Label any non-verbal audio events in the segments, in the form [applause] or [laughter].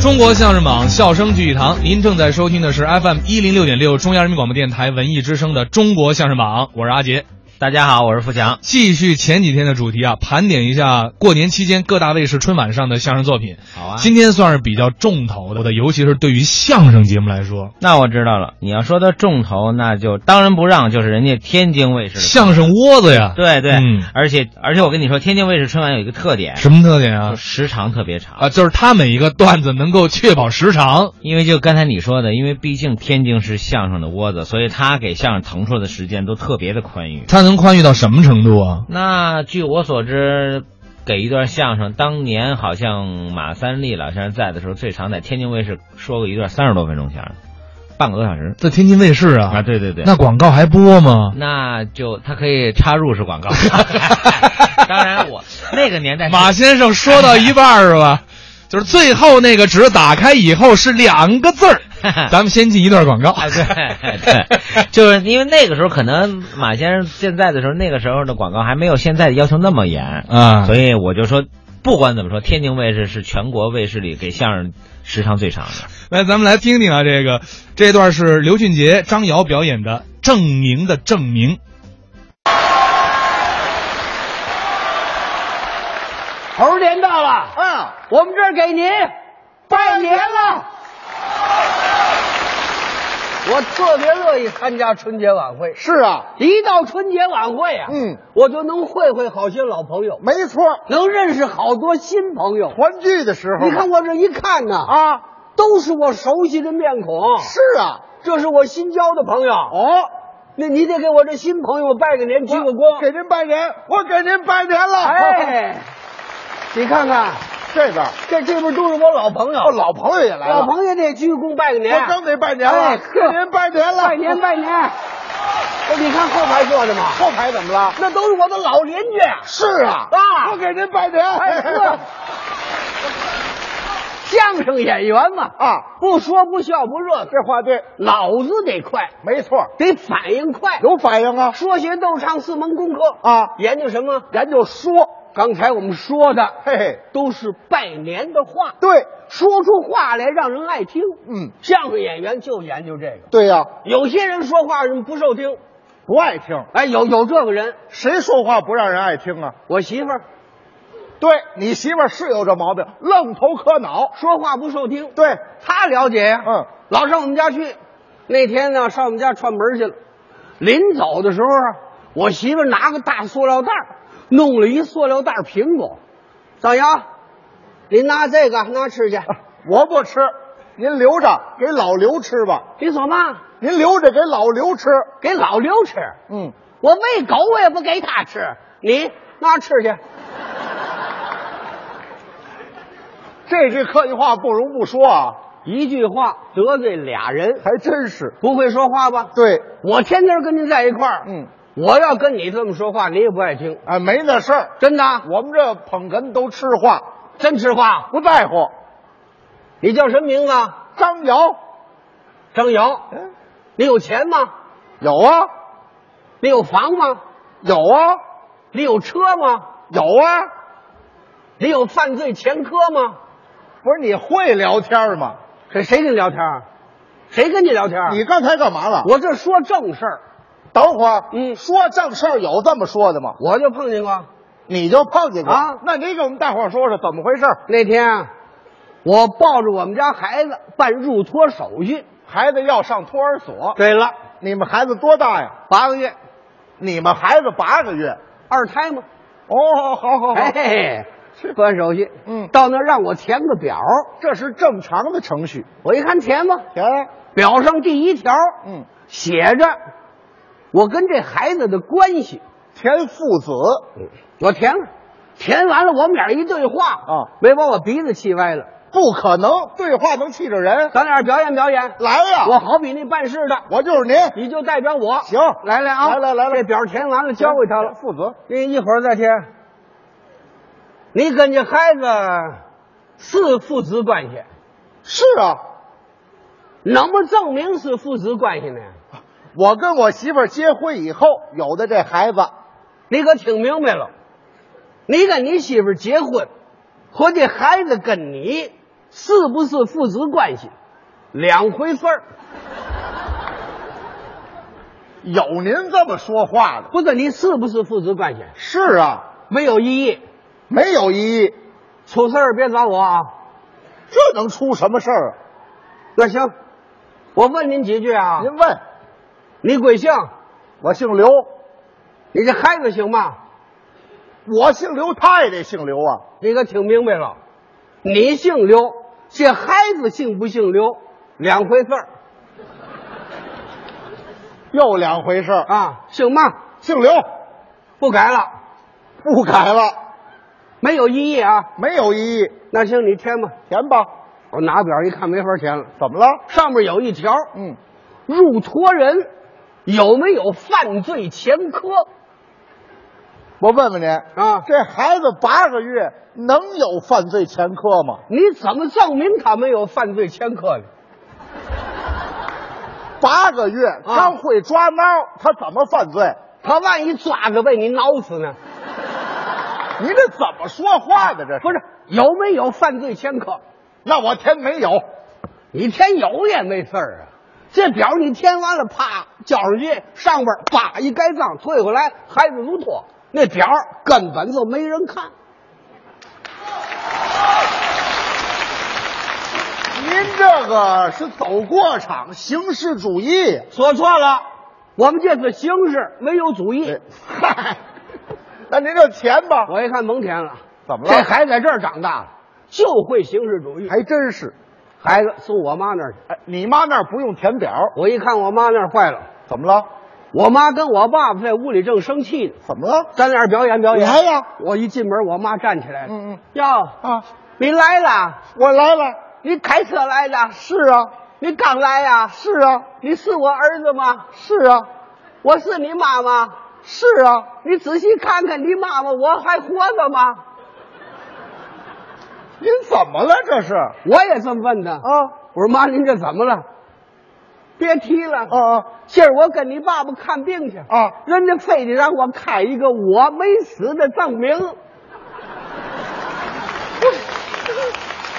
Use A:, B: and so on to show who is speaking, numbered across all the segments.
A: 中国相声榜，笑声聚一堂。您正在收听的是 FM 一零六点六，中央人民广播电台文艺之声的《中国相声榜》，我是阿杰。
B: 大家好，我是富强。
A: 继续前几天的主题啊，盘点一下过年期间各大卫视春晚上的相声作品。
B: 好啊
A: 今天算是比较重头的，尤其是对于相声节目来说，
B: 那我知道了，你要说到重头，那就当仁不让，就是人家天津卫视的。
A: 相声窝子呀，
B: 对对，
A: 嗯
B: 而且而且我跟你说，天津卫视春晚有一个特点，
A: 什么特点
B: 就
A: 啊？
B: 时长特别长。
A: 啊，就是他每一个段子能够确保时长。
B: 因为就刚才你说的，因为毕竟天津是相声的窝子，所以他给相声腾出的时间都特别的宽裕。
A: 它能宽裕到什么程度啊？
B: 那据我所知，给一段相声，当年好像马三立老先生在的时候，最长在天津卫视说过一段三十多分钟相声，半个多小时
A: 在天津卫视啊，
B: 对对对
A: 那广告还播吗？
B: 那就他可以插入式广告。 [laughs] 当然我，那个年代是
A: 马先生说到一半儿是
B: [laughs]
A: 吧？就是最后那个纸打开以后是两个字
B: [laughs]
A: 儿，咱们先进一段广告。
B: 啊，对对，就是因为那个时候可能马先生现在的时候，那个时候的广告还没有现在的要求那么严，
A: [laughs] 啊，
B: 所以我就说，不管怎么说，天津卫视是全国卫视里给相声时长最长的。
A: 来咱们来听听啊，这个这段是刘俊杰、张瑶表演的《证明的证明》。
C: 猴年到了，
D: 啊
C: 嗯，我们这儿给您拜年了。我特别乐意参加春节晚会。是啊，一到春节晚会啊，
D: 嗯，
C: 我就能会会好些老朋友，
D: 没错，
C: 能认识好多新朋友。
D: 团聚的时候，
C: 你看我这一看呢，
D: 啊，
C: 都是我熟悉的面孔，
D: 是啊，
C: 这是我新交的朋友。
D: 哦，
C: 那你得给我这新朋友拜个年，鞠个躬。
D: 给您拜年，我给您拜年了，，
C: 哎，你看看，
D: 这边
C: 这这边都是我老朋友，
D: 哦，老朋友也来了，
C: 老朋友得鞠躬拜个年。
D: 我刚得拜年了，
C: 哎
D: 给您拜年了，
C: 拜年拜年！哎你看后排坐着吗？
D: 后排怎么了？
C: 那都是我的老邻居。
D: 是啊，
C: 啊
D: 我给您拜年，
C: 哎呵，相声演员嘛，
D: 啊，
C: 不说不笑不热闹，
D: 这话对，
C: 脑子得快，
D: 没错，
C: 得反应快。
D: 有反应啊，
C: 说学逗唱四门功课
D: 啊
C: 研究什么？研究说。刚才我们说的
D: 嘿嘿，
C: 都是拜年的话，
D: 对，
C: 说出话来让人爱听。
D: 嗯，
C: 相声演员就研究这个。
D: 对呀、
C: 有些人说话人不受听，
D: 不爱听，
C: 哎，有有这个人，
D: 谁说话不让人爱听啊？
C: 我媳妇儿
D: 对你媳妇儿是有这毛病，愣头磕脑，
C: 说话不受听，
D: 对，
C: 她了解呀，
D: 嗯，
C: 老上我们家去。那天呢，上我们家串门去了，临走的时候啊，我媳妇儿拿个大塑料袋儿，弄了一塑料袋儿苹果，张瑶，您拿这个拿吃去。
D: 啊我不吃，您留着给老刘吃吧。
C: 你说嘛，
D: 您留着给老刘吃。
C: 给老刘吃，
D: 嗯，
C: 我喂狗我也不给他吃，你拿吃去。
D: 这句客气话不容不说啊，
C: 一句话得罪俩人，
D: 还真是。
C: 不会说话吧？
D: 对，
C: 我天天跟您在一块儿，
D: 嗯，
C: 我要跟你这么说话，你也不爱听，
D: 啊，没那事儿。
C: 真的，啊
D: 我们这捧哏都吃话，
C: 真吃话。
D: 不在乎。
C: 你叫什么名字？啊
D: 张瑶，
C: 张瑶。
D: 嗯，
C: 你有钱吗？
D: 有啊，
C: 你有房吗？
D: 有啊，
C: 你有车吗？
D: 有啊。
C: 你有犯罪前科吗？
D: 不是你会聊天吗？
C: 这谁跟你聊天啊？谁跟你聊天啊？
D: 你刚才干嘛了？
C: 我这说正事儿，
D: 等会儿，
C: 嗯
D: 说正事儿有这么说的吗？
C: 我就碰见过
D: 你就碰见过
C: 啊
D: 那你给我们大伙儿说说怎么回事儿？
C: 那天啊，我抱着我们家孩子办入托手续。
D: 孩子要上托儿所，
C: 对了，
D: 你们孩子多大呀？
C: 八个月，
D: 你们孩子八个月。
C: 二胎嘛。
D: 哦，好好好，
C: 哎，办手续，
D: 嗯
C: 到那儿让我填个表，
D: 这是正常的程序。
C: 我一看填吧，
D: 行，
C: 表上第一条，
D: 嗯，
C: 写着我跟这孩子的关系，
D: 填父子，
C: 我填了，填完了，我们俩一对话
D: 啊，
C: 没把我鼻子气歪了。
D: 不可能对话能气着人。
C: 咱俩表演表演，
D: 来呀，
C: 我好比那办事的，
D: 我就是您。
C: 你就代表我。
D: 行
C: 来来啊，
D: 来来来来
C: 这表填完了，交给他了。
D: 父子，
C: 你一会儿再填。你跟这孩子是父子关系，
D: 是啊，
C: 能不证明是父子关系呢？
D: 我跟我媳妇儿结婚以后有的这孩子，
C: 你可听明白了，你跟你媳妇儿结婚，和这孩子跟你是不是父子关系，两回事儿。
D: 有您这么说话的？
C: 不是你是不是父子关系，
D: 是啊，
C: 没有异议。
D: 没有异议，
C: 出事儿别找我啊。
D: 这能出什么事儿啊？
C: 那行，我问您几句啊。
D: 您问，
C: 你贵姓？
D: 我姓刘，
C: 你这孩子姓嘛？
D: 我姓刘，他也得姓刘啊。
C: 你可听明白了，你姓刘，这孩子姓不姓刘，两回事儿
D: 又两回事儿，
C: 啊。姓嘛？
D: 姓刘
C: 不改了，
D: 不改了，
C: 没有异议啊。
D: 没有异议，
C: 那行，你填吧。
D: 填吧。
C: 我拿表一看，没法填了。
D: 怎么了？
C: 上面有一条，
D: 嗯，
C: 入托人有没有犯罪前科
D: 我问问您，
C: 啊？
D: 这孩子八个月能有犯罪前科吗？
C: 你怎么证明他没有犯罪前科呢？
D: 八个月
C: 啊
D: 刚会抓猫，他怎么犯罪？
C: 他万一抓着被你挠死呢？
D: 您这怎么说话呢？这
C: 不
D: 是？
C: 是有没有犯罪前科？
D: 那我填没有，
C: 你填有也没事儿啊。这表你填完了，啪交上去，上边儿叭一盖章，退回来，孩子如托。那表根本就没人看，
D: 您这个是走过场，形式主义。
C: 说错了。我们这是形式，没有主义。
D: 嗨，那您就填吧。
C: 我一看甭填了，
D: 怎么了
C: 这孩子在这儿长大了，就会形式主义。
D: 还真是，
C: 孩子送我妈那儿去，
D: 哎，你妈那儿不用填表，
C: 我一看我妈那儿坏了，
D: 怎么了？
C: 我妈跟我爸爸在屋里正生气呢，
D: 怎么了？
C: 咱俩表演表演。
D: 来呀！
C: 我一进门，我妈站起来了，
D: 嗯嗯，
C: 哟，
D: 啊，
C: 你来了。
D: 我来了。
C: 你开车来的？
D: 是啊，
C: 你刚来呀、
D: 是啊，
C: 你是我儿子吗？
D: 是啊，
C: 我是你妈妈。
D: 是啊，
C: 你仔细看看，你妈妈我还活着吗？
D: 您怎么了？这是啊
C: 我也这么问他。
D: 哦
C: 我说妈，您这怎么了？别提了，
D: 啊
C: 今儿我跟你爸爸看病去，
D: 啊！
C: 人家非得让我开一个我没死的证
D: 哦
C: 明。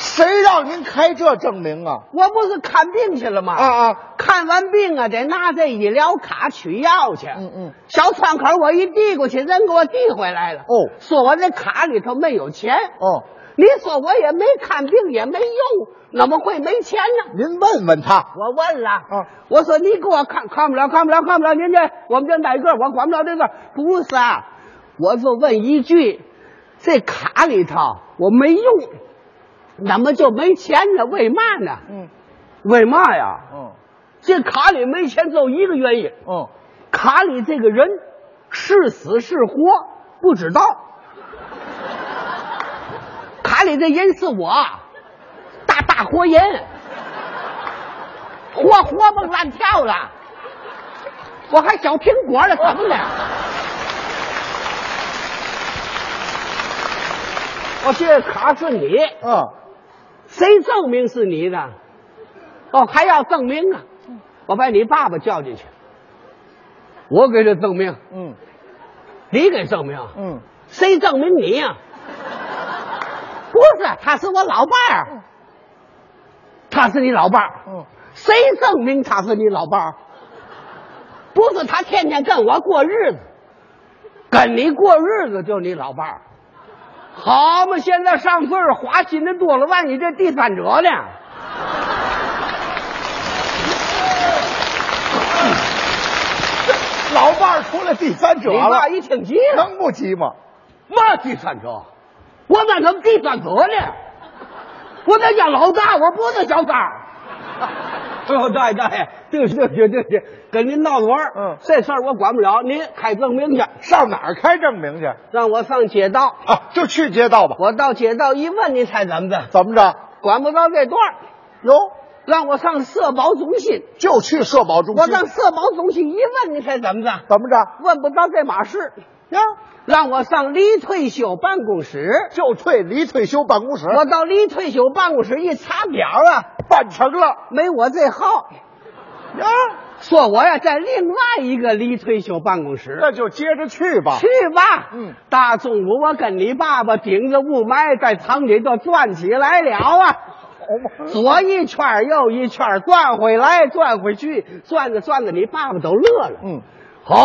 D: 谁让您开这证明啊？
C: 我不是看病去了吗？
D: 啊啊！
C: 看完病啊，得拿这医疗卡取药去。
D: 嗯嗯，
C: 小窗口我一递过去，人给我递回来了。
D: 哦
C: 说我这卡里头没有钱。
D: 哦，
C: 你说我也没看病，也没用，怎么会没钱呢？
D: 您问问他。
C: 我问了，
D: 嗯
C: 我说你给我看看不了，看不了，看不了，您这我们这哪个我管不了这个，不是啊，我就问一句，这卡里头我没用，怎么就没钱呢？为嘛呢？
D: 嗯
C: 为嘛呀？
D: 嗯
C: 这卡里没钱只有一个原因，
D: 嗯，
C: 卡里这个人是死是活不知道。卡里这人是我，大大活人，活活蹦乱跳的，我还小苹果了，怎么了？我这卡是你，
D: 嗯，
C: 谁证明是你的？哦，还要证明啊！我把你爸爸叫进去，我给他证明，
D: 嗯
C: 你给证明，
D: 嗯，
C: 谁证明你呀、不是，他是我老伴儿，他是你老伴儿，
D: 嗯，
C: 谁证明他是你老伴儿？不是，他天天跟我过日子，跟你过日子就你老伴儿。好嘛，现在上岁数花心的多了，万一这第三者呢？
D: 老伴儿出来第三者
C: 你爸
D: 了，
C: 一听急了，
D: 能不急吗？
C: 嘛第三者？我哪能第三者呢？我那叫老大，我不是小三儿。 [laughs] 哎呦，大爷大爷，对不起对不起对不起，跟您闹着玩儿
D: 嗯
C: 这事儿我管不了，您开证明去，
D: 上哪儿开证明去？
C: 让我上街道。
D: 啊，就去街道吧。
C: 我到街道一问，你猜怎么的？
D: 怎么着？
C: 管不着这段儿，
D: 哟，
C: 让我上社保中心。
D: 就去社保中心。
C: 我上社保中心一问，你猜怎么的？
D: 怎么着？
C: 问不着这码事，
D: 呀，
C: 让我上离退休办公室。
D: 就退离退休办公室。
C: 我到离退休办公室一查表啊，
D: 办成了
C: 没我这号，
D: 呀，
C: 说我呀在另外一个离退休办公室。
D: 那就接着去吧。
C: 去吧，
D: 嗯，
C: 大中午我跟你爸爸顶着雾霾在厂里头转起来了啊！
D: 吗？
C: 左一圈右一圈，转回来转回去，转着转着，你爸爸都乐了。
D: 嗯，
C: 好，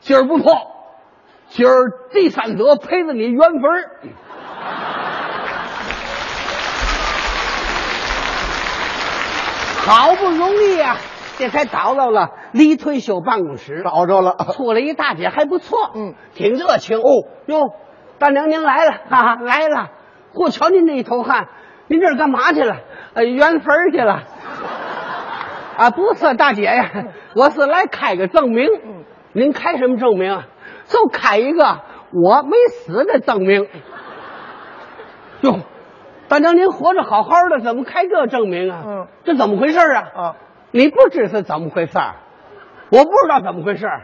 C: 今儿不错，今儿第三折赔了你原分儿好不容易啊，这才找到了离退休办公室。
D: 找着了，
C: 出来一大姐还不错，
D: 嗯，
C: 挺热情哦。哟，大娘您来
D: [laughs]
C: 了，哈、哈，来了。我瞧您这一头汗，您这是干嘛去了？呃，圆坟儿去了。啊，不是大姐呀，我是来开个证明。您开什么证明啊？就开一个我没死的证明。哟，大娘您活着好好的，怎么开这证明啊？
D: 嗯，
C: 这怎么回事儿啊？
D: 啊，
C: 你不知是怎么回事儿，我不知道怎么回事儿，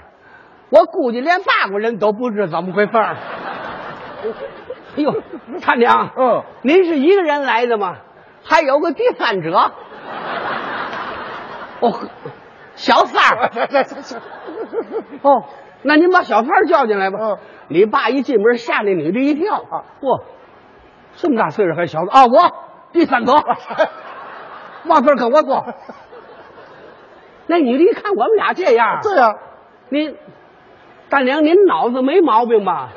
C: 我估计连外国人都不知怎么回事儿。 [laughs] 哎呦，参娘，
D: 嗯，
C: 您是一个人来的吗？还有个第三者？哦，小三儿。 [laughs] 哦，那您把小三儿叫进来吧。
D: 嗯，
C: 你爸一进门吓那女的一跳啊！嚯，这么大岁数还小子啊！我第三 [laughs] 者，嘛事儿跟我说。那女的一看我们俩这样，
D: 对呀，
C: 您大娘您脑子没毛病吧？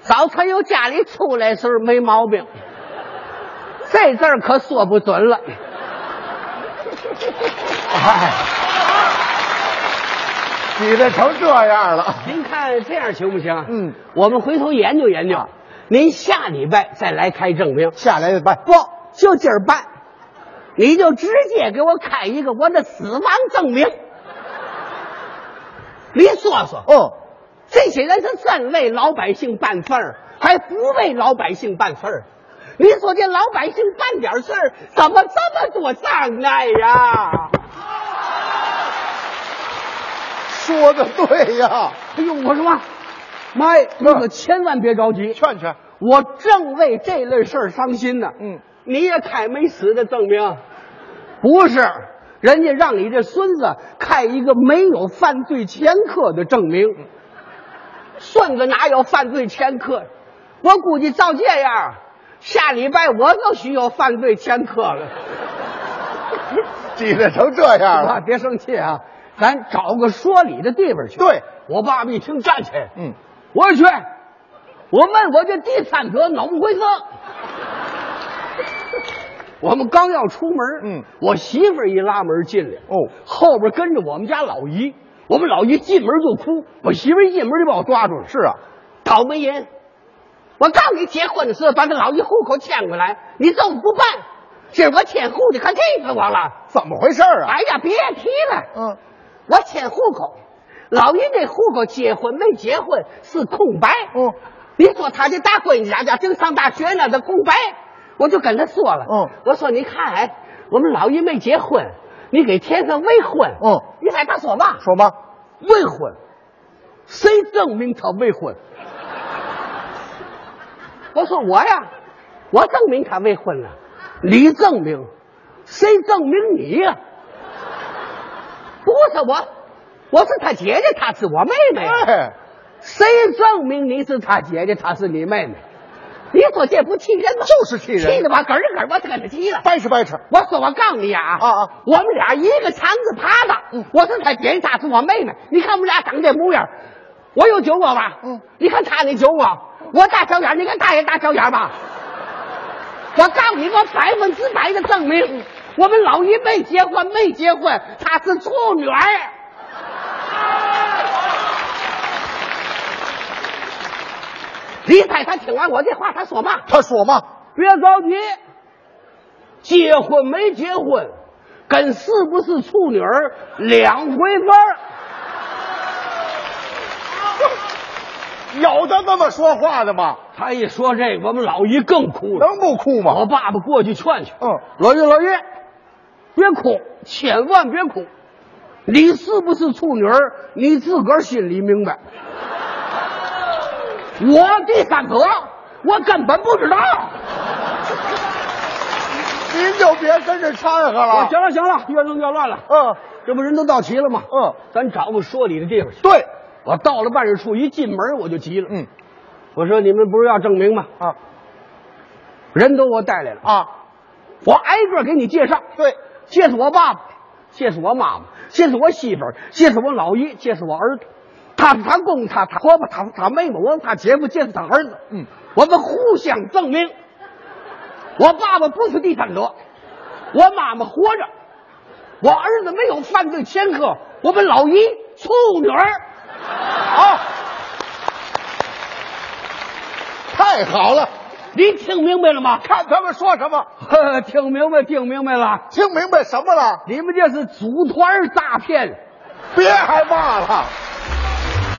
C: 早晨由家里出来时候没毛病，这字儿可说不准了。
D: 挤得成哎这样了，
C: 您看这样行不行？啊
D: 嗯，
C: 我们回头研究研究。您下礼拜再来开证明，
D: 下来吧，
C: 不就今儿办？你就直接给我开一个我的死亡证 [laughs] 明。你说说，
D: 嗯，
C: 这些人是真为老百姓办事儿，还不为老百姓办事儿？你说这老百姓办点事儿，怎么这么多障碍呀？
D: 说的对呀，
C: 哎呦，我说妈，妈呀，你可千万别着急，
D: 劝劝，
C: 我正为这类事儿伤心呢。
D: 嗯，
C: 你也开没死的证明？不是，人家让你这孙子开一个没有犯罪前科的证明。孙子哪有犯罪前科？我估计照这样，下礼拜我就需要犯罪前科了。
D: 挤得成这样
C: 爸，
D: 了，
C: [laughs] 别生气啊，咱找个说理的地方去。
D: 对，
C: 我爸爸一听站起来，
D: 嗯，
C: 我去，我问我这第三者怎么回事？我们刚要出门，
D: 嗯，
C: 我媳妇儿一拉门进来，
D: 哦
C: 后边跟着我们家老姨，我们老姨进门就哭，我媳妇儿一进门就把我抓住了，
D: 是啊，
C: 倒霉人！我告诉你，结婚的时候把那老姨户口迁过来，你怎么不办？今儿我迁户的，可气死我了！
D: 怎么回事儿啊？
C: 哎呀，别提了，
D: 嗯，
C: 我迁户口，老爷这户口结婚没结婚是空白。
D: 嗯，
C: 你说他这大闺女家家正上大学呢，这空白，我就跟他说了。
D: 嗯，
C: 我说你看，哎，我们老爷没结婚，你给填上未婚。
D: 嗯，
C: 你猜他说嘛？
D: 说吧，
C: 未婚，谁证明他未婚？我说我呀，我证明他未婚了。你证明，谁证明你呀？不是我，我是他姐姐，她是我妹妹。
D: 哎，
C: 谁证明你是他姐姐，她是你妹妹？你说这不气人吗？
D: 就是气人
C: 气的吧，咯儿咯儿，我跟他急了。
D: 掰扯掰扯，
C: 我说我告诉你啊，
D: 啊啊
C: 我们俩一个肠子耙子，
D: 嗯
C: 我是他姐姐，她是我妹妹。你看我们俩长这模样，我有酒窝吧？
D: 嗯，
C: 你看他那酒窝，我大小眼儿，你看他也大小眼儿吧？我告诉你，我百分之百的证
D: 嗯
C: 明，我们老姨没结婚，没结婚，她是处女
D: [laughs]
C: 儿。李彩，他听完我这话，他说嘛？
D: 他说嘛，
C: 别着急，结婚没结婚，跟是不是处女儿两回事儿。
D: 有的那么说话的吗？
C: 他一说这个，我们老姨更哭了。
D: 能不哭吗？
C: 我爸爸过去劝劝，
D: 嗯，
C: 老姨老姨，别哭，千万别哭。你是不是处女儿，你自个儿心里明白。我第三者，我根本不知道。
D: 啊您就别跟着掺和了。
C: 行了行了，越弄越乱了。
D: 嗯，
C: 这不人都到齐了吗？
D: 嗯，
C: 咱找个说理的地方去。
D: 对，
C: 我到了办事处，一进门我就急了。
D: 嗯
C: 我说你们不是要证明吗？
D: 啊
C: 人都我带来了，
D: 啊，
C: 我挨个给你介绍。
D: 对，
C: 介绍我爸爸，介绍我妈妈，介绍我媳妇儿，介绍我老姨，介绍我儿子。他他公他他婆婆他他妹妹我他姐夫介绍他儿子，
D: 嗯，
C: 我们互相证明，我爸爸不是地产者，我妈妈活着，我儿子没有犯罪前科，我们老姨处女儿，啊，
D: 太好了，
C: 你听明白了吗？
D: 看他们说什么，
C: 呵， [laughs] 听明白，听明白了，
D: 听明白什么了？
C: 你们这是组团诈骗。
D: 别害怕了，